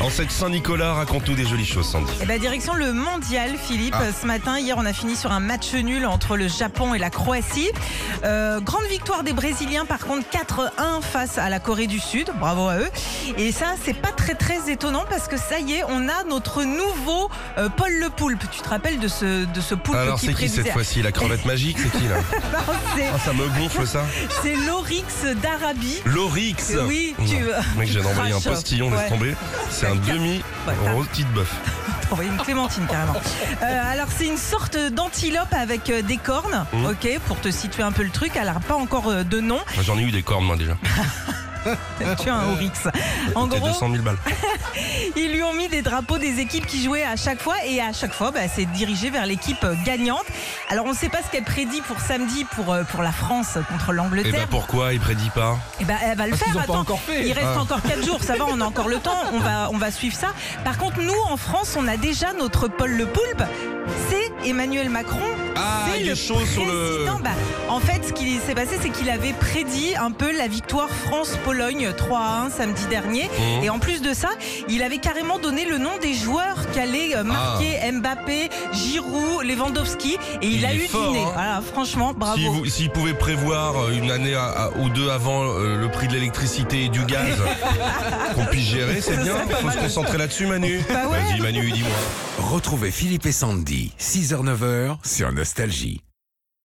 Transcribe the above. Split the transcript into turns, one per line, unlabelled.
En cette Saint-Nicolas, raconte-nous des jolies choses, Sandy.
Eh ben, direction le mondial, Philippe.
Ah.
Ce matin, hier, on a fini sur un match nul entre le Japon et la Croatie. Euh, grande victoire des Brésiliens, par contre, 4-1 face à la Corée du Sud. Bravo à eux. Et ça, c'est pas très, très étonnant parce que ça y est, on a notre nouveau euh, Paul Le Poulpe. Tu te rappelles de ce, de ce poulpe
Alors,
qui
c'est qui
prédisait
cette fois-ci La crevette magique, c'est qui là
Non, c'est-
Ah, Ça me gonfle ça.
C'est l'Orix d'Arabie.
L'Orix
Euh, Oui,
Non.
tu veux.
Mec, j'ai envoyé un
Crash.
postillon,
Ouais.
laisse tomber. C'est un demi
Ouais, t'as-
rôti de bœuf.
Envoyer une clémentine carrément. Euh, alors c'est une sorte d'antilope avec euh, des cornes,
Mhm.
ok, pour te situer un peu le truc. Elle n'a pas encore euh, de nom.
Moi, J'en ai eu des cornes, moi, déjà.
Tu as un oryx. En
C'était
gros,
200 000 balles. Eh
ils lui ont mis des drapeaux des équipes qui jouaient à chaque fois et à chaque fois, bah, c'est dirigé vers l'équipe euh, gagnante. Alors on ne sait pas ce qu'elle prédit pour samedi pour, euh, pour la France contre
Et bah
l'Angleterre.
pourquoi il prédit pas
Eh ben, elle va le
Parce qu'ils
faire.
n'ont pas
Attends,
encore fait.
il reste
Ah.
encore 4 jours, ça va, on a encore le temps, on va, on va suivre ça. Par contre, nous, en France, on a déjà notre Paul Le Poulpe, c'est Emmanuel Macron.
Ah,
c'est
il
le
est chaud sur le-
président. Bah, en fait, ce qui s'est passé, c'est qu'il avait prédit un peu la victoire France-Pologne 3 à 1 samedi dernier.
Mhm.
Et en plus de ça, il avait carrément donné le nom des joueurs qu'allaient euh, marquer Mbappé, Giroud, Lewandowski. Et il,
Ah. Il
a
est
eu
fort,
du nez.
hein.
Voilà, franchement, bravo.
Si vous- S'il pouvait prévoir euh, une année à- à- ou deux avant euh, le prix de l'électricité et du gaz qu'on puisse gérer, c'est bien. Il faut se concentrer là-dessus, Manu.
Bah ouais.
Vas-y, Manu, dis-moi.
Retrouvez Philippe et Sandy, 6h-9h sur Nostalgie.